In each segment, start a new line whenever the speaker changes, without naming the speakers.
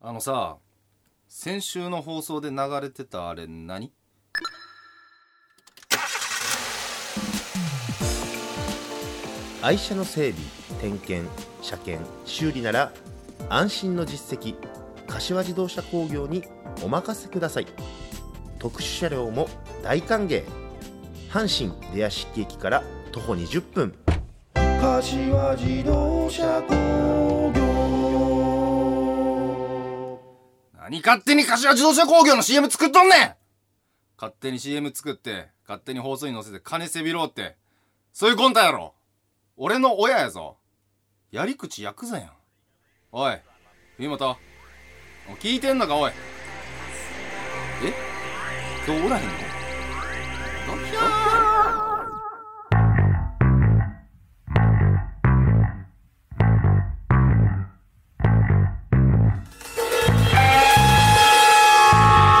あのさ先週の放送で流れてたあれ何
愛車の整備点検車検修理なら安心の実績柏自動車工業にお任せください特殊車両も大歓迎阪神出屋敷駅から徒歩20分
柏自動車工業
何勝手に柏自動車工業の CM 作っとんねん勝手に CM 作って勝手に放送に載せて金せびろうってそういうコンタやろ俺の親やぞやり口ヤクザやんおい冬本お聞いてんのかおいえ今日おらへんの
く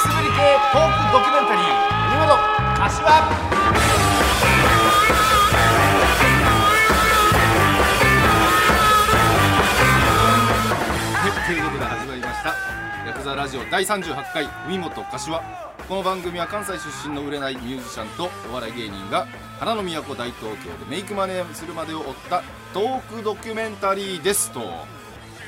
すぶり系トークドキュメンタリー「本柏
はい、ということで始まりましたヤクザラジオ第38回海本柏この番組は関西出身の売れないミュージシャンとお笑い芸人が花の都大東京でメイクマネーするまでを追ったトークドキュメンタリーですと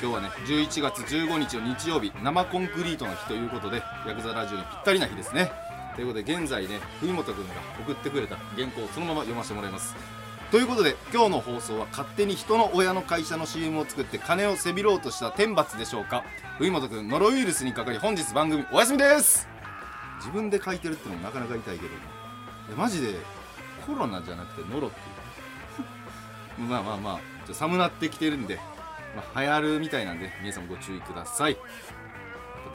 今日はね11月15日の日曜日生コンクリートの日ということでヤクザラジオにぴったりな日ですねということで現在ね文本君が送ってくれた原稿をそのまま読ませてもらいますということで今日の放送は勝手に人の親の会社の CM を作って金をせびろうとした天罰でしょうか上本くんノロウイルスにかかり本日番組お休みです自分で書いてるってのもなかなか痛いけどえマジでコロナじゃなくてノロっていう まあまあまあちょっと寒なってきてるんで、まあ、流行るみたいなんで皆さんご注意ください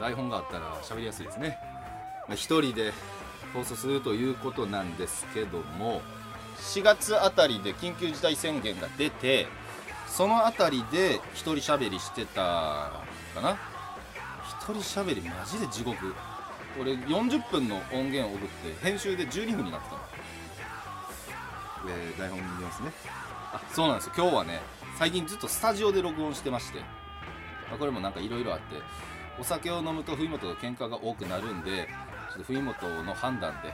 台本があったら喋りやすいですねまあ一人で放送するということなんですけども4月あたりで緊急事態宣言が出てそのあたりで一人喋りしてたかな一人喋りマジで地獄俺40分の音源を送って編集で12分になってたのえー台本見ますねあそうなんですよ今日はね最近ずっとスタジオで録音してまして、まあこれもなんかいろいろあってお酒を飲むと冬本と喧嘩が多くなるんでちょっと冬本の判断で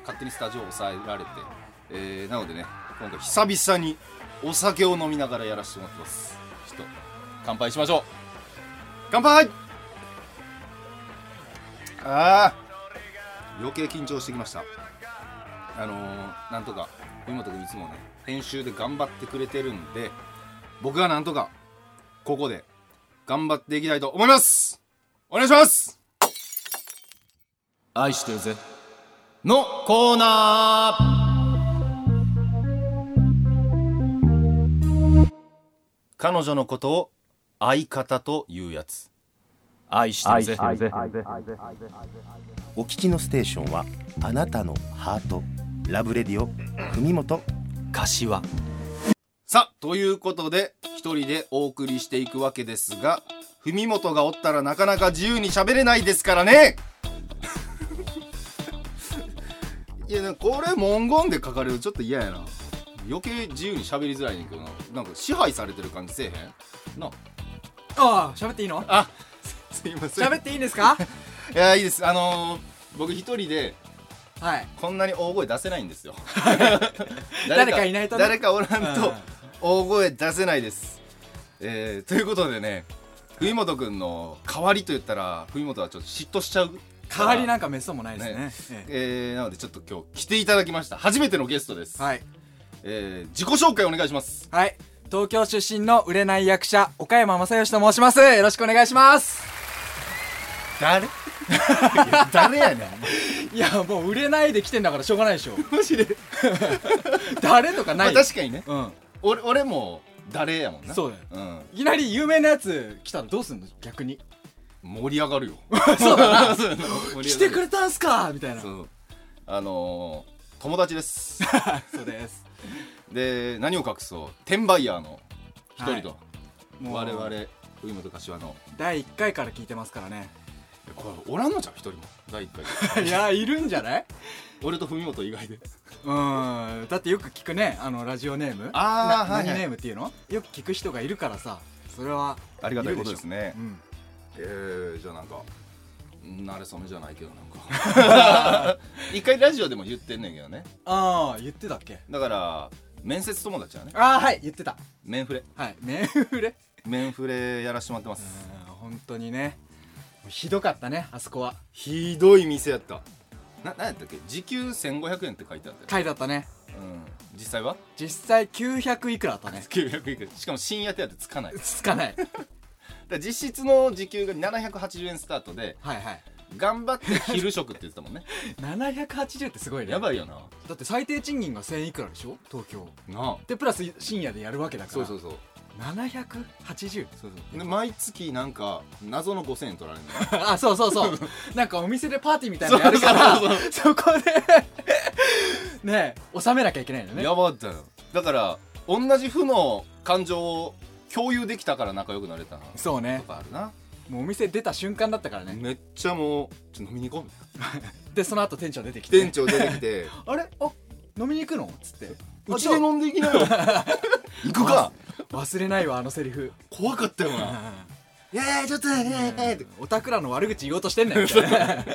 勝手にスタジオを抑えられて、えーなのでね今回久々にお酒を飲みながらやらせてもらってますちょっと乾杯しましょう乾杯あー余計緊張してきましたあのー、なんとか冬本君いつもね編集で頑張ってくれてるんで僕がなんとかここで頑張っていきたいと思いますお願いします愛してるぜのコーナー彼女のことを相方というやつ愛してるぜ
お聞きのステーションはあなたのハートラブレディオ文元
柏
さあということで一人でお送りしていくわけですが文元がおったらなかなか自由に喋れないですからね いやなんかこれ文言で書かれるとちょっと嫌やな余計自由に喋りづらいねんけどななんか支配されてる感じせえへんな
ああ喋っていいの
あ すいません
喋っていいんです か
いやいいですあのー僕一人で
はい
こんなに大声出せないんですよ
誰かいないとね
誰かおらん
う
と
ん
大声出せないです、えーということでね冬本くんの代わりと言ったら冬本はちょっと嫉妬しちゃう
代わりなんかメスともないですね
え
え
ーなのでちょっと今日来ていただきました初めてのゲストです、
えはい
えー自己紹介お願いします
はい東京出身の売れない役者岡山正義と申しますよろしくお願いします
誰 誰やねん
いやもう売れないで来てんだからしょうがないでしょ マジで誰とか
ま
な
あ
い
確かにね
うん
俺俺も誰やもんな
そうだよ
うん、
いきなり有名なやつ来たらどうすんの逆に
盛り上がるよ
そうだな
そうやな 盛り上がる
来てくれたんすかみたいな
そうあのー友達です
そうです
で何を隠そう転売ヤーの一人と、
もう
我々上本柏の
第1回から聞いてますからね
これおらんのじゃん一人も第一回
いやいるんじゃない
俺と文本以 外で
うんだってよく聞くねあのラジオネーム
あー
な
はいはい
何ネームっていうのよく聞く人がいるからさそれは
ありがたいことですね
うん
えー、じゃあなんか慣れ初めじゃないけどなん か一回ラジオでも言ってんねんけどね
ああ言ってたっけ
だから面接友達はね
ああはい言ってた
面フレ
はいメンフレ
面フレやらしてもらってます
うん本当にねひどかったねあそこは
ひどい店やったな何やったっけ時給1500円って書いてあったよ、
書いてあったね
うん、実際は
実際900いくらだったね
900いくらしかも深夜手当つかないだか
つかない
ら実質の時給が780円スタートで
はいはい
頑張って昼食って言ってたもんね
780ってすごいね
やばいよな
だって最低賃金が1000いくらでしょ東京
なあ
でプラス深夜でやるわけだから
そうそうそう
780
そうそうで毎月なんか謎の5000円取られるの
あそうそうそう なんかお店でパーティーみたいなのやるから そこでねえ収めなきゃいけないのね
やばかったよだから同じ負の感情を共有できたから仲良くなれたな
そうね
とかあるな、
もうお店出た瞬間だったからね
めっちゃもうちょっと飲みに行こうみたい
でその後店長出てき
な
て
店長出てきて
あれあ飲みに行くのっつって
うちで飲んでいきなよ行くか
忘れないわあのセリフ
怖かったよな「いやいやちょっとねえって
おたくらの悪口言おうとしてんねんみたいな
い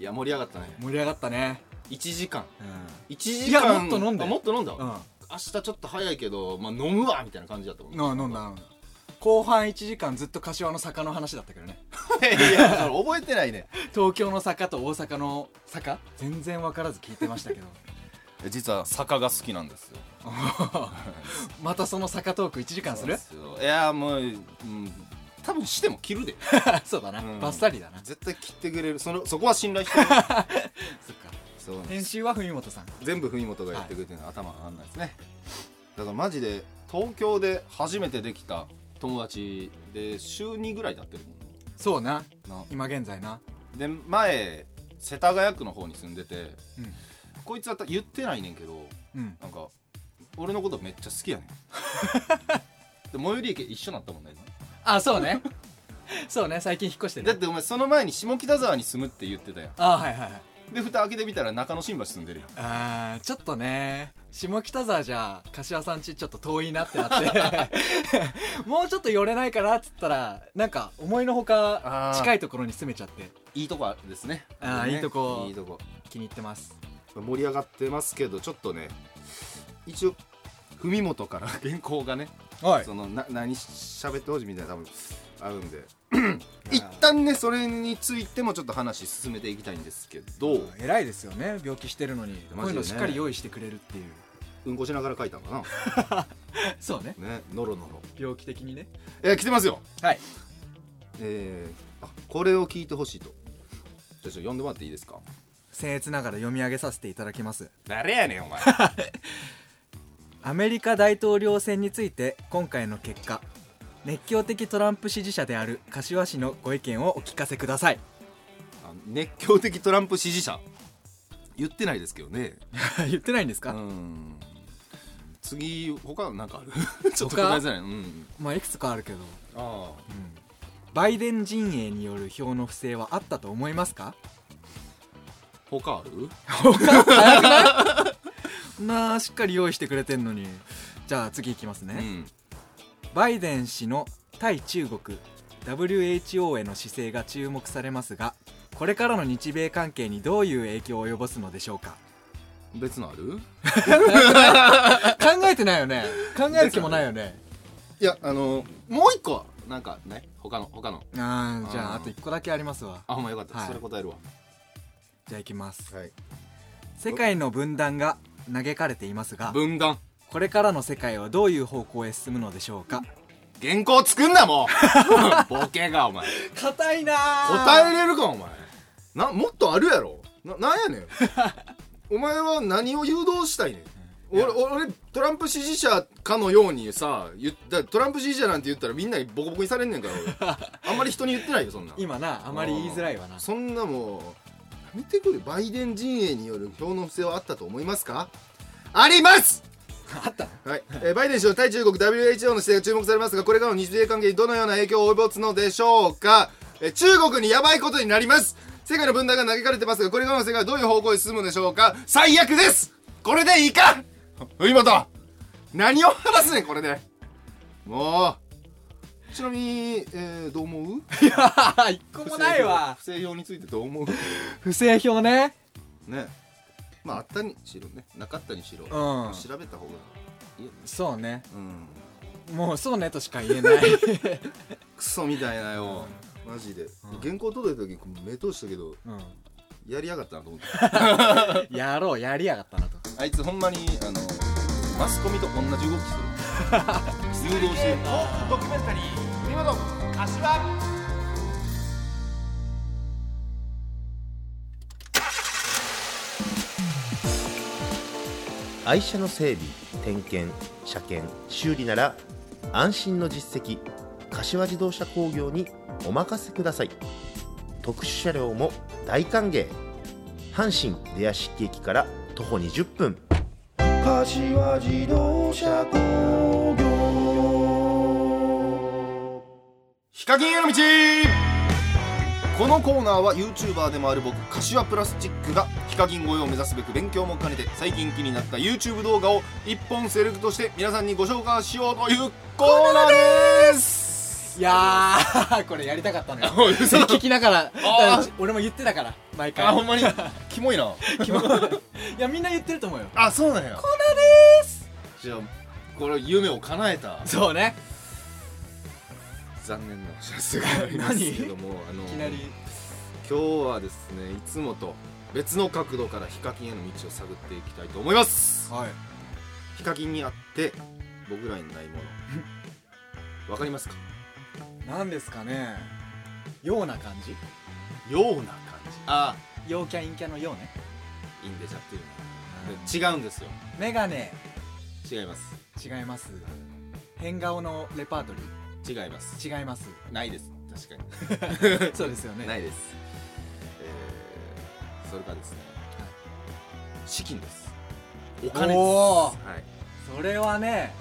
や盛り上がったね
盛り上がったね
1時間
う
1時間
いやもっと飲んだ
あ
よ
もっと飲んだ、
ん、
明日ちょっと早いけど、まあ、飲むわみたいな感じだったもん
うん、飲んだ飲んだ後半1時間ずっと柏の坂の話だったけどね
いやそれ覚えてないね
東京の坂と大阪の坂全然分からず聞いてましたけど
実は坂が好きなんですよ
またその坂トーク1時間する
そうなんですよいやもう、うん、多分しても切るで
あ そうだな、
うん
バッサリだな
絶対切ってくれるそのそこは信頼して る
そっか
そうなんです
編集は文本さん
全部文元がやってくれてるのは頭が上がんないですねだからマジで東京で初めてできた友達で週2ぐらいだってるもんね
そうな
な
今現在な
で前世田谷区の方に住んでて、
うん
こいつは言ってないねんけど
うん
なんか俺のことめっちゃ好き やねんで最寄り駅一緒になったもんね
あそうね そうね最近引っ越してる
だってお前その前に下北沢に住むって言ってたやん
あはいはいはい
で蓋開けてみたら中野新橋住んでるやん
あーちょっとね下北沢じゃ柏さんちちょっと遠いなってなって もうちょっと寄れないかなっつったらなんか思いのほ
あ
か
ー
近いところに住めちゃって
いいとこですね
あー
ね
いいとこ
いいとこ
気に入ってます
盛り上がってますけどちょっとね一応文元から原稿がね、
は
そのな何しゃべってほしいみたいな多分あるん で
ー
一旦ねそれについてもちょっと話進めていきたいんですけど
偉いですよね病気してるのに
でね
こういうのしっかり用意してくれるっていう
うんこしながら書いたのか
そうね
なねのろのろ
病気的にね
えー来てますよ
はい
えー、あこれを聞いてほしいとじゃあちょっと読んでもらっていいですか
僭越ながら読み上げさせていただきます
誰やねんお 前
アメリカ大統領選について今回の結果熱狂的トランプ支持者である柏市のご意見をお聞かせください
熱狂的トランプ支持者言ってないですけどね
言ってないんですか、
うん次他なんか あるちょっと答えづらい、うん、
まあいくつかあるけど
あ
バイデン陣営による票の不正はあったと思いますか
あ他ある
なあしっかり用意してくれてんのにじゃあ次いきます
う
ね、
ん
バイデン氏の対中国 WHO への姿勢が注目されますがこれからの日米関係にどういう影響を及ぼすのでしょうか
別のある
考えてないよね考える気もないよね
いやあのもう一個なんかね他の他の
あーじゃあ
あー
あと1個だけありますわ
あほんまよかった、
はい
それ答えるわ
じゃあいきます
はい
世界の分断が嘆かれていますが
分断
これからの世界はどういう方向へ進むのでしょうか
原稿作んなも うボケがお前
硬いな
答え
え
れるかお前なもっとあるやろななんやねんお前は何を誘導したいねん俺俺トランプ支持者かのようにさ言ったトランプ支持者なんて言ったらみんなにボコボコにされんねんから俺あんまり人に言ってないよそんなん
今なあまり言いづらいわな
そんなもうやめてくれバイデン陣営による票の不正はあったと思いますかあります
あったの
はい、えーバイデン氏の対中国 WHO の姿勢が注目されますがこれからの日米関係にどのような影響を及ぼすのでしょうか、えー中国にやばいことになります世界の分断が嘆かれてますがこれからの世界はどういう方向へ進むのでしょうか最悪ですこれでいいか文本何を話すねんこれでもうちなみに、えー、どう思う
いやー一個もないわ
不正表についてどう思う
不正表ね
ねまああったにしろねなかったにしろ、
うん
調べた方がいいよね
そうね
うん
もうそうねとしか言えない
クソみたいなよ、マジで、原稿届いた時目通したけど
う
やりやがったなと思って
んやろうやりやがったなと
あいつほんまにあのマスコミと同じ動き する誘導してる
ドキュメンタリー海本柏
愛車の整備点検車検修理なら安心の実績柏自動車工業にお任せください特殊車両も大歓迎阪神出屋敷駅から徒歩20分
柏自動車工業
ヒカキンへの道このコーナーは YouTuber でもある僕柏プラスチックがヒカキン越えを目指すべく勉強も兼ねて最近気になった YouTube 動画を1本セレクトして皆さんにご紹介しようというコーナーです
いやーこれやりたかったのよそれ聞きながら
あー
俺も言ってたから毎回
あほんまにキモいな
キモい いやみんな言ってると思うよ
あそうなんやコーナーですじゃあこれ夢を叶えた
そうね
残念なお知らせがありますけどもあの
いきなり
今日はですねいつもと別の角度からヒカキンへの道を探っていきたいと思います
はい
ヒカキンにあって僕らにない ものわかりますか
何ですかねような感じ
ような感じあ
陽キャ陰キャのようね
あいいんでちゃってるな違うんですよ
メガネ
違います
違います変顔のレパートリ
違います
ー違います
ないです確か
そうですよね
に ないですえー、それからですね資金ですお金です
お
は
ー
い
それはね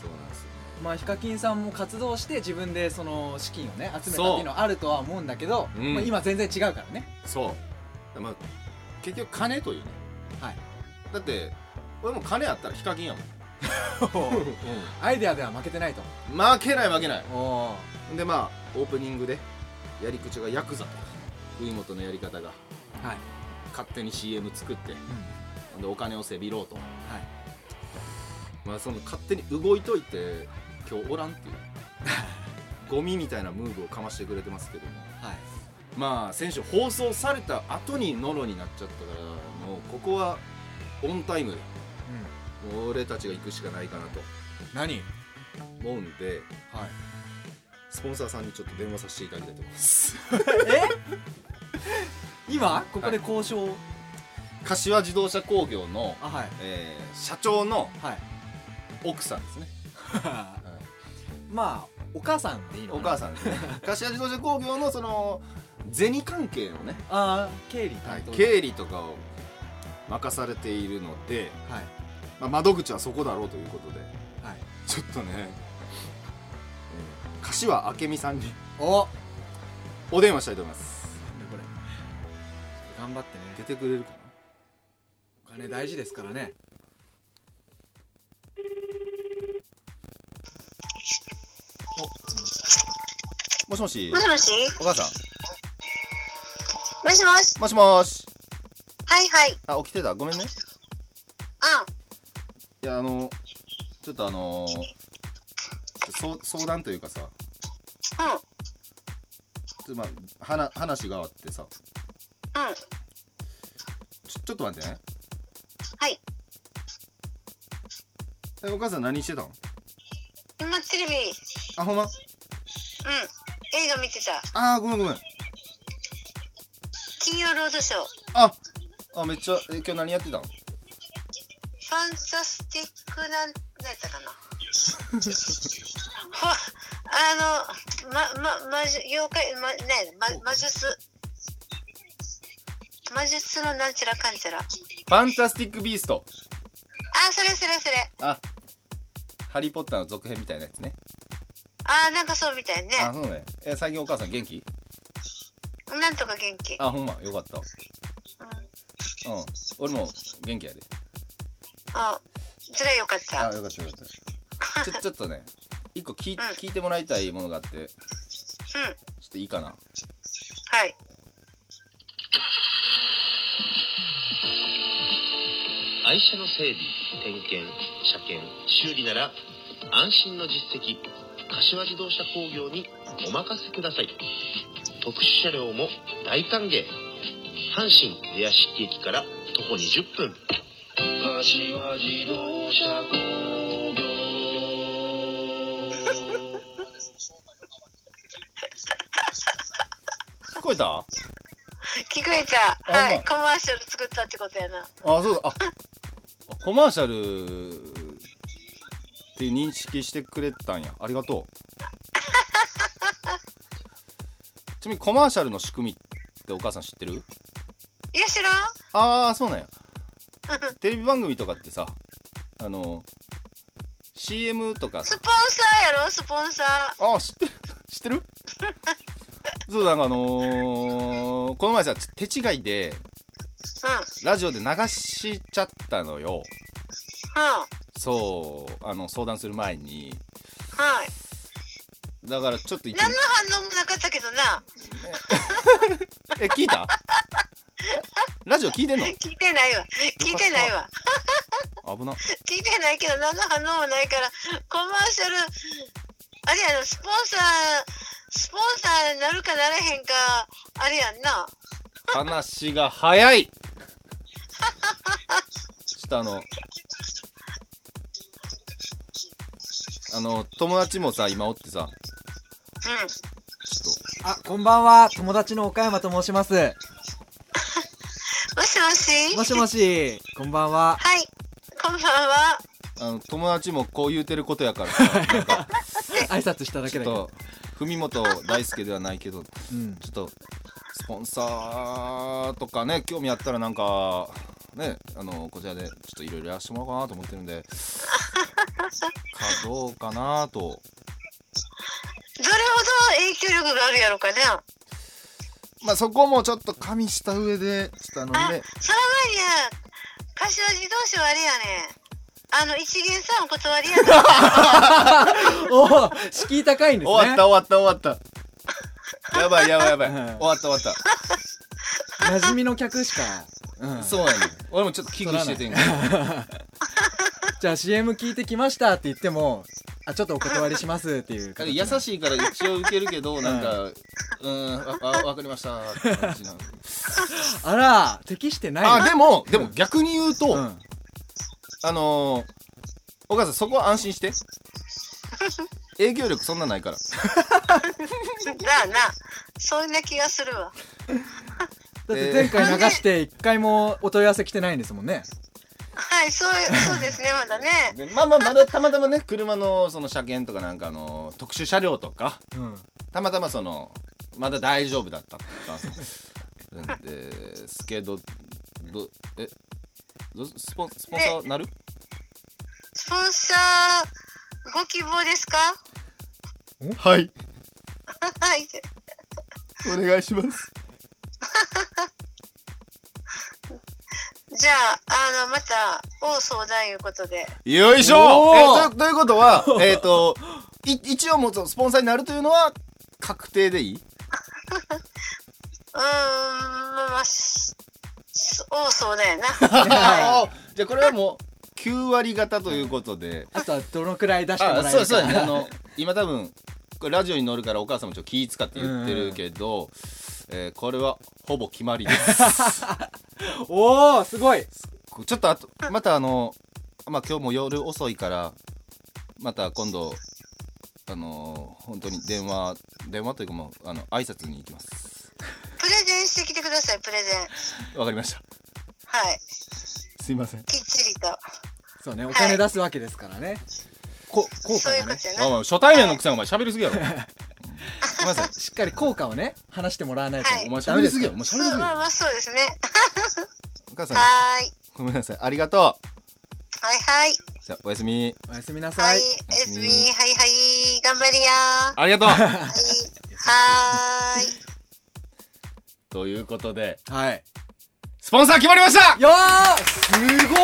そうなんですよ
まあヒカキンさんも活動して自分でその資金をね集めたっていうのはあるとは思うんだけど、
うん
まあ、今全然違うからね
そうまあ結局金というね
はい
だって俺も金あったらヒカキンやもん、
アイデアでは負けてないと
負けない負けない
おお
でまあオープニングでやり口がヤクザとか上本のやり方が
ーはい、
勝手に CM 作って
うん
でお金をせびろうと
はい、
まあその勝手に動いといて今日おらんっていうゴミみたいなムーブをかましてくれてますけども
はい、
まあ先週放送された後にノロになっちゃったからもうここはオンタイムで
う
もう俺たちが行くしかないかなと
ん、何
思うんで
はい
スポンサーさんにちょっと電話させていただきたいと思います
今ここで交渉、
柏自動車工業の、
あはい
えー社長の
はい
奥さんですね、
まあお母さんでいいの
お
かな
母さんですね柏自動車工業のその銭関係のね、
ああ経理担当で、
経理とかを任されているので、
はい
まあ、窓口はそこだろうということで
はい
ちょっとね、えー柏明美さんに
お
お電話したいと思います
なんだこれ頑張って
出
ね
てくれるかな
お金大事ですからね
もしもし
もしもし
お母さん
もしもし
もしもし
はいはい。
あ起きてたごめんね
あ、
いやあのちょっとあのそう相談というかさ
うん、
ちょっとまあ話話があってさ
うん。
ちょちょっと待ってね
はい。
えお母さん何してたの
今テレビ、うん。
あほんま
映画見てた。
あーごめんごめん
金曜ロードショー。フ
ああめっちゃえ今日何やってたの
ァンタスティックなん、何やっ たかな。ほあの、ま、ま、魔術、妖怪、ま、ね、ま、魔術。魔術のなんちゃらかんちゃら。あ、
ファンタスティックビースト
それそれそれ。
あハリーポッターの続編みたいなやつね
あ、なんかそうみたいね。
あそうねえ最近お母さん元気
なんとか元気。
あほんまよかった
うん、
うん俺も元気やで
あ、ずらよかっ
あ
た。
よかったよかったちょちょっとね一個聞い
ん
聞いてもらいたいものがあってちょ
うん
っといいかな
はい
愛車の整備点検車検修理なら安心の実績柏自動車工業にお任せください特殊車両も大歓迎阪神出屋敷駅から徒歩20分
柏自動車工業
聞こえた
聞こえた
あ
は
まあ
いコマーシャル作ったってことやな
あそうだああコマーシャルって認識してくれたんやありがとうちなみにコマーシャルの仕組みってお母さん知ってる
いや知らん
ああそうなんやテレビ番組とかってさあの CM とか
スポンサーやろスポンサー
あ知ってる知ってるそうなんかあのーこの前さ手違いで
うん
ラジオで流しちゃったのよ
うん
そうあの相談する前に
はい
だからちょっと一
何の反応もなかったけどな
え聞いたえラジオ聞いてんの
聞いてないわ聞いてないわ
危な
聞いてないけど何の反応もないからコマーシャルあれやなスポンサースポンサーになるかならへんかあれやんな
話が早いちょっとあのあの友達もさ今おってさ
うん
ちょっ
あこんばんは友達の岡山と申します
もしもし
もしもしこんばんは
はいこんばんは
とあの友達もこう言うてることやからさなんか
挨拶しただ
ち
け
ょっ
だけど
と文元大輔ではないけどちょ
うん
っとスポンサーとかね興味あったらなんかねあのこちらでちょっといろいろやらせてもらおうかなと思ってるんでかどうかなと
どれほど影響力があるやろうかな
まあそこもちょっと加味した上でちょっとあ
あ
のね
その前にや柏自動車はあれやねあの一元さんお断りやな
おー敷居高いんですね
終わった終わった終わ ったやばいやばいやばい
うん
終わった終わった
馴染みの客しか、うん、
そうなんだ俺もちょっと危惧しててんけど
じゃあ CM 聞いてきましたって言ってもあちょっとお断りしますっていう
なん
形
か優しいから一応受けるけどなんかうーんわわわかりましたって感じなの
あら適してない
あでもでも逆に言うと、
うん、
あのー、お母さんそこは安心して営業力そんなないから
なあ なあそんな気がするわ
だって前回流して一回もお問い合わせ来てないんですもんね
はいそうそうですねまだね
でまあまあまだたまたまね車のその車検とかなんかあのー特殊車両とか
うん
たまたまそのまだ大丈夫だったって言ったんですようんですけどどえどスポンスポンサーなる
スポンサーご希望ですか
はい
はい
お願いします
じゃああのまた大相談いうことで
よいし
お
ょえ
ー
とということはえっ、とい一応もうそのスポンサーになるというのは確定でいいう
ーんまあまあす大相談やな
あーじゃあこれはもう9割方ということで、
あとはどのくらい出してもらえ
あ
る
そ
か
うそうやねあの今多分これラジオに乗るからお母さんもちょっと気使って言ってるけど、えーこれはほぼ決まりです
おおすごい
ちょっとあとまたあのまあ今日も夜遅いからまた今度あのー本当に電話電話というかもうあの挨拶に行きます
プレゼンしてきてくださいプレゼン
わかりました
はい
すいません
きっちりと
そうねお金出すわけですからねこ効
そういう
果
こ
がね
とや
あ
な
お前初対面のくせにお前喋りすぎやろ
すいませ んしっかり効果をね話してもらわないと、
はい
お前
ダ
喋
メ
り
です
ぎやろお前喋
そ
りす
う
ぎや
まあ
ろ
まあそうですね
お母さん
はーい
ごめんなさいありがと
はいはい。
うじゃあおやすみ
おやすみなさ、
はいい。おやすみ。はいはい。頑張りや
あ りがとう
ー。はーい。
ということで
はい、
スポンサー決まりました
よーすご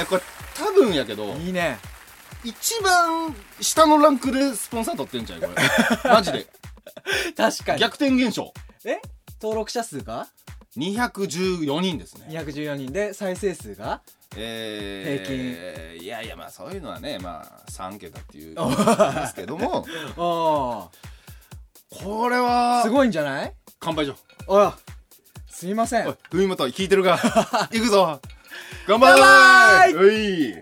えこれ多分やけど
っいいね
一番下のランクでスポンサー取ってんじゃんこ れマジで
確かに
逆転現象
え登録者数が
214人ですね
214人で再生数が
えー、平均いやいやまあそういうのはねまあ3桁っていう
お
ですけど も
あ
これ
あ
は
す
い
ごいんじゃない
乾杯じゃ
あすいません
おい文元聞いてる か行くぞ頑
張
張
れ
れうい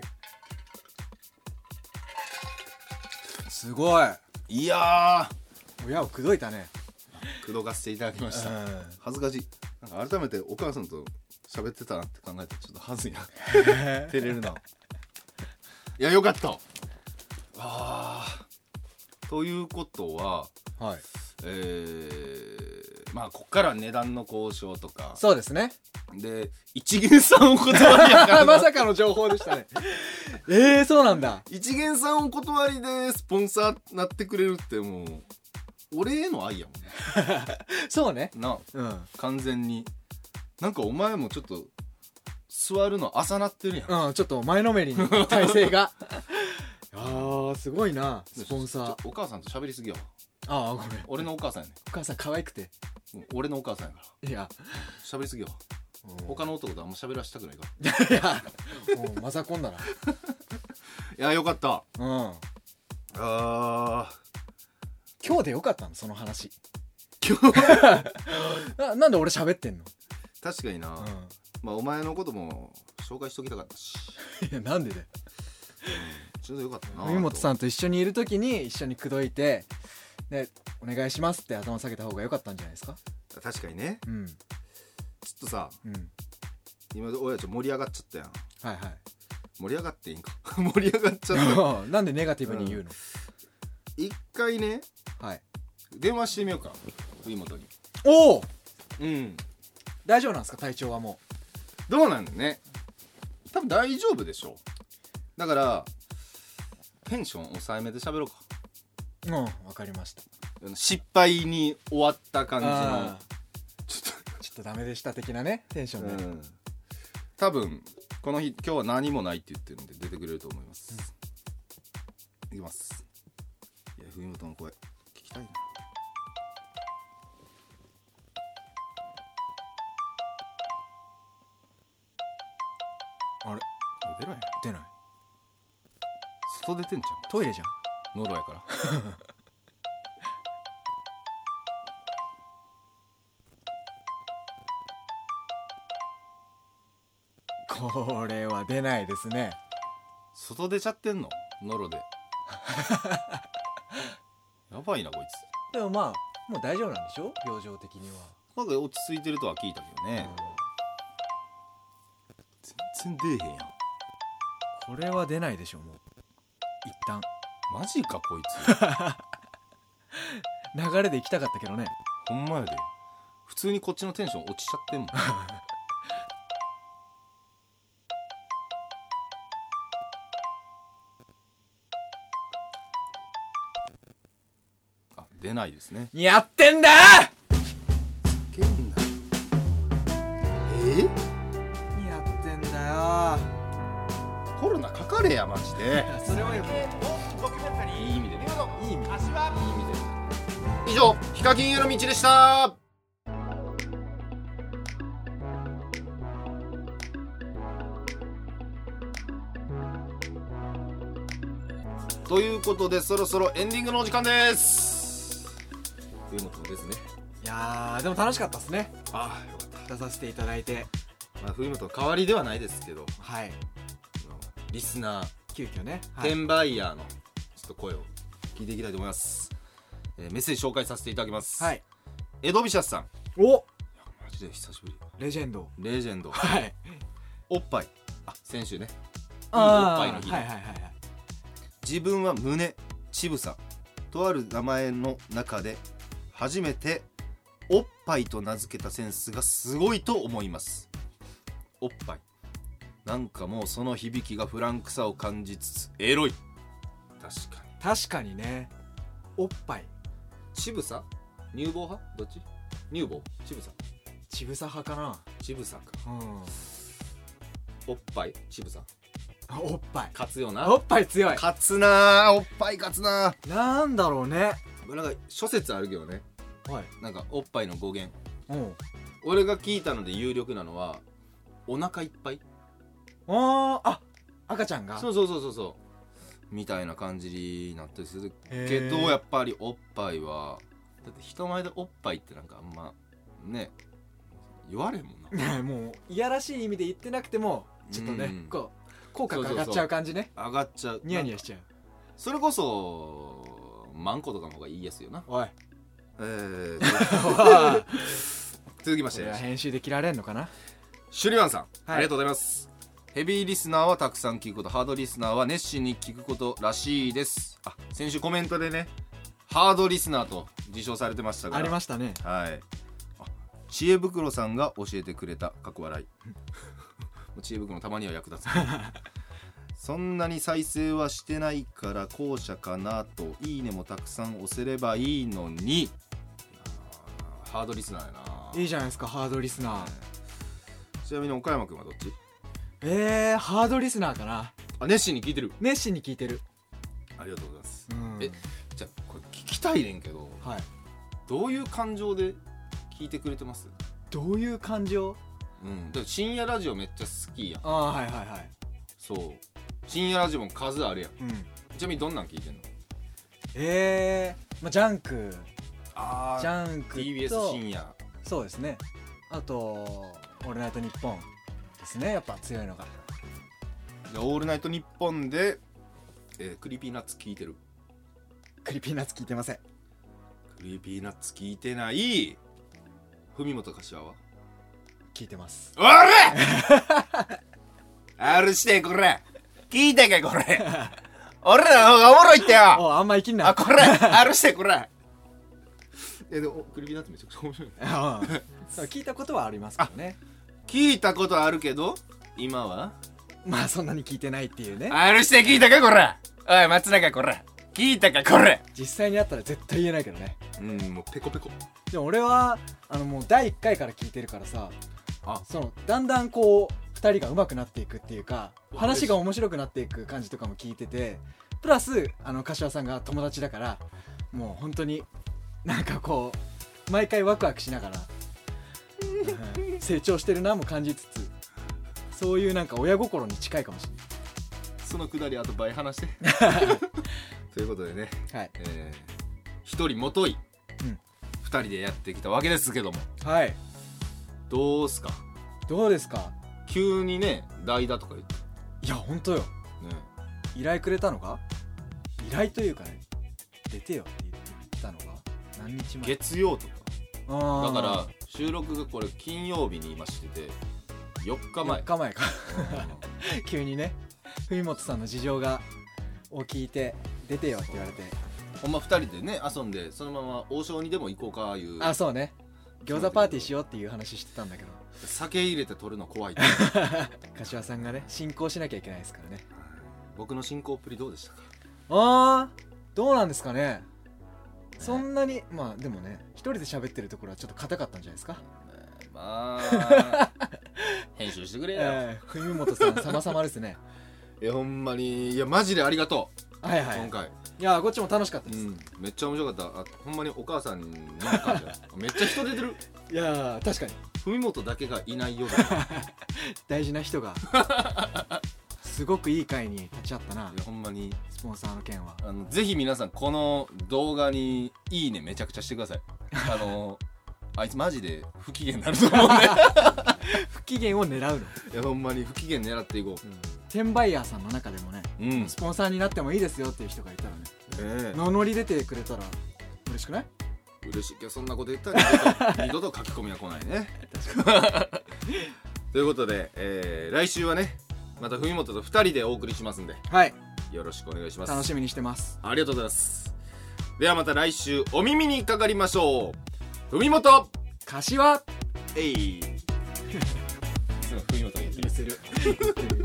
すごい
いや
親を口説いたね
ー口説かせていただきました
う
恥ずかしいなんか改めてお母さんと喋ってたなって考えてちょっと 恥ずいな
ん
照れるないやよかったわあということは
はい
えー、まあこっから値段の交渉とか
そうですね
で一元さんお断り やからな
まさかの情報でした ねええそうなんだ
一元さんお断りでスポンサーなってくれるってもう俺への愛やもんね
そうね
な
うん
完全になんかお前もちょっと座るの朝なってるやん、
うんちょっと前のめりに体勢があーす ごいなスポンサー
ちょお母さんと喋りすぎやわ
ああごめん
俺のお母さんやね
お母さん可愛くて
うん俺のお母さんやから
いや
喋りすぎやわ他の男とあんま喋らしたくないから
いやもうマザコンだない
やよかった
うん
あ
今日でよかったのその話
ー今日
ななんで俺喋ってんの、
確かにな、
う
まあお前のことも紹介しときたかったし
ん、いやなんでだよ
ちょうどよかったな
海本さんと一緒にいる時に一緒に口説いてで「お願いします」って頭下げた方が良かったんじゃないですか
と確かにね
うん
ちょっとさ
うん
今親ちゃん盛り上がっちゃったやん
はいはい
盛り上がっていいんか 盛り上がっちゃ った
うん なんでネガティブに言うの、
一回ね
はい
電話してみようか海本に
おお
うん
大丈夫なんですか体調はも
どうなんだね多分大丈夫でしょだからテンション抑えめで喋ろうか
ううんわかりました
あの失敗に終わった感じの
あ
ちょっと
ーちょっとダメでした的なねテンションで、
うん多分この日今日は何もないって言ってるんで出てくれると思います、いきますいや冬本の声聞きたいな
あれ
あ出ろや
出ない
外出てんじ
トイレじゃん
ゃん喉やから
これは出ないですね
外出ちゃってんのノロで やばいなこいつ
でもまあもう大丈夫なんでしょ病状的には
なんか落ち着いてるとは聞いたけどね、全然出えへんやん
これは出ないでしょもう一旦
マジかこいつ
流れで行きたかったけどね
ほんまやで普通にこっちのテンション落ちちゃってんもん あ出ないですね
やってんだ
けんなえ
やってんだ
コロナかかれやマジで
よそれはよ
ドキュメンタリー
いい意味でね
見事
いい意味
柏
以上ヒカキンへの道でしたということでそろそろエンディングのお時間ですいうのとですね
いやーでも楽しかったですね
ああよかっ
出させていただいて
た、まあ、冬本の代わりではないですけど
はい
あのリスナー、
急遽ね、はい、
転売ヤーのちょっと声を聞いていきたいと思います、えーメッセージ紹介させていただきます、
はい、
エドビシャスさん
お
マジで久しぶり
レジェンド
レジェンド
はい
おっぱいあ先週ね
あ
いいおっぱいの日
ーはいはいはいはい
自分は胸ちぶさとある名前の中で初めておっぱいと名付けたセンスがすごいと思いますおっぱいなんかもうその響きがフランクさを感じつつエロい確かに
確かにねおっぱい
ちぶさ乳房派どっち乳房ちぶさ
ちぶさ派か
ちぶさか
なうん
おっぱいちぶさ
あおっぱい
勝つよな
おっぱい強い
勝つなーおっぱい勝つな
なんだろうね
ーなんか諸説あるけどね
はい
なんかおっぱいの語源
うん
俺が聞いたので有力なのはお腹いっぱい
あーあ赤ちゃんが
そうそうそうそうそうみたいな感じになったりするけど
へー
やっぱりおっぱいはだって人前でおっぱいってなんかあんまね言われんもんな
ね もういやらしい意味で言ってなくてもちょっと
う
ね
ん
こう口角上がっちゃう感じね
上がっちゃう
ニヤニヤ
なんか
しちゃう
それこそマンコとかの方がいいやすよな
おい
えー
おい
続きまし
それは
て
編集で切られんのかな
シュリワンさん、
はい
ありがとうございますヘビーリスナーはたくさん聞くことハードリスナーは熱心に聞くことらしいですあ先週コメントでねハードリスナーと自称されてましたから
ありましたね
はい。あ知恵袋さんが教えてくれた過去 笑い。知恵袋たまには役 立つ。そんなに再生はしてないから後者かなと「いいね」もたくさん押せればいいのにいやーハードリスナーやない
いじゃないですかハードリスナー
ちなみに岡山君はどっち
えー、ハードリスナーかな
あ熱心に聞いてる
熱心に聞いてる
ありがとうございます
うん
えじゃあこれ聞きたいねんけど
はい
どういう感情で聞いてくれてます
どういう感情
うんだから深夜ラジオめっちゃ好きやん
ああはいはいはい
そう深夜ラジオも数あるやん
うん
ちなみにどんなん聞いてんの
えー、まあ、ジャンク
あ
ジャンクと
TBS 深夜
そうですねあと「オールナイトニッポン」ですねやっぱ強いのが
で「オールナイトニッポンで」えークリーピーナッツ聞いてる
クリーピーナッツ聞いてません
クリーピーナッツ聞いてない文元柏は
聞いてます
おれ あるしてこれ聞いてけこ れ俺らの方がおもろいってよ
おあんま生きんな
あこれあるしてこれ えでもクリーピーナッツめちゃくちゃ面白い
うんそう聞いたことはありますけどね
聞いたことあるけど今は
まあそんなに聞いてないっていうね
あるして聞いたかこれおい松永これ聞いたかこれ
実際にあったら絶対言えないけどね
うんもうペコペコ
でも俺はあのもう第1回から聞いてるからさ
あ
そのだんだんこう2人が上手くなっていくっていうか話が面白くなっていく感じとかも聞いててプラスあの柏さんが友達だからもう本当になんかこう毎回ワクワクしながら、うん成長してるなも感じつつそういうなんか親心に近いかもし
そのくだりあと倍話して ということでね
れない
一、えー、一人もとい
うん
二、人でやってきたわけですけども
はい、はい、
どうすか
どうですか
急にね代打とか言って
いや本当よ
ね
依頼くれたのか依頼というかね出てよって言ってたのが何日前
月曜とかだ
だ
から収録がこれ金曜日に今してて4日前
4日前か 急にね文本さんの事情がを聞いて出てよって言われて
ほんま二人でね遊んでそのまま王将にでも行こうかいう
あそうね餃子パーティーしようっていう話してたんだけど
酒入れて取るの怖いって
柏さんがね進行しなきゃいけないですからね
僕の進行っぷりどうでしたか
あーどうなんですかねそんなにまあでもね一人で喋ってるところはちょっと硬かったんじゃないですか、
まあ 編集してくれよ、
えー、文本さん様々ですね
いやほんまにいやマジでありがと、
はいうはい
今回、
いやこっちも楽しかったです、
めっちゃ面白かったあほんまにお母さんになんかあるじゃん めっちゃ人出てる
いやー確かに
文元だけがいないよい
大事な人がすごくいい回に立ち会ったな
やほんまに
スポンサーの件は
あのぜひ皆さんこの動画にいいねめちゃくちゃしてくださいあのあいつマジで不機嫌になると思うね
不機嫌を狙うの
いやほんまに不機嫌狙っていこ
転売ヤーさんの中でもね
ううん
スポンサーになってもいいですよっていう人がいたらね
え
名乗り出てくれたら嬉しくない
嬉しいけどそんなこと言ったら二度と二度と書き込みは来ないね ということで、えー来週はねまた文元と二人でお送りしますんで
はい
よろしくお願いします
楽しみにしてます
ありがとうございますではまた来週お耳にかかりましょう文 元
柏
えいすごい文元が言ってる
言ってる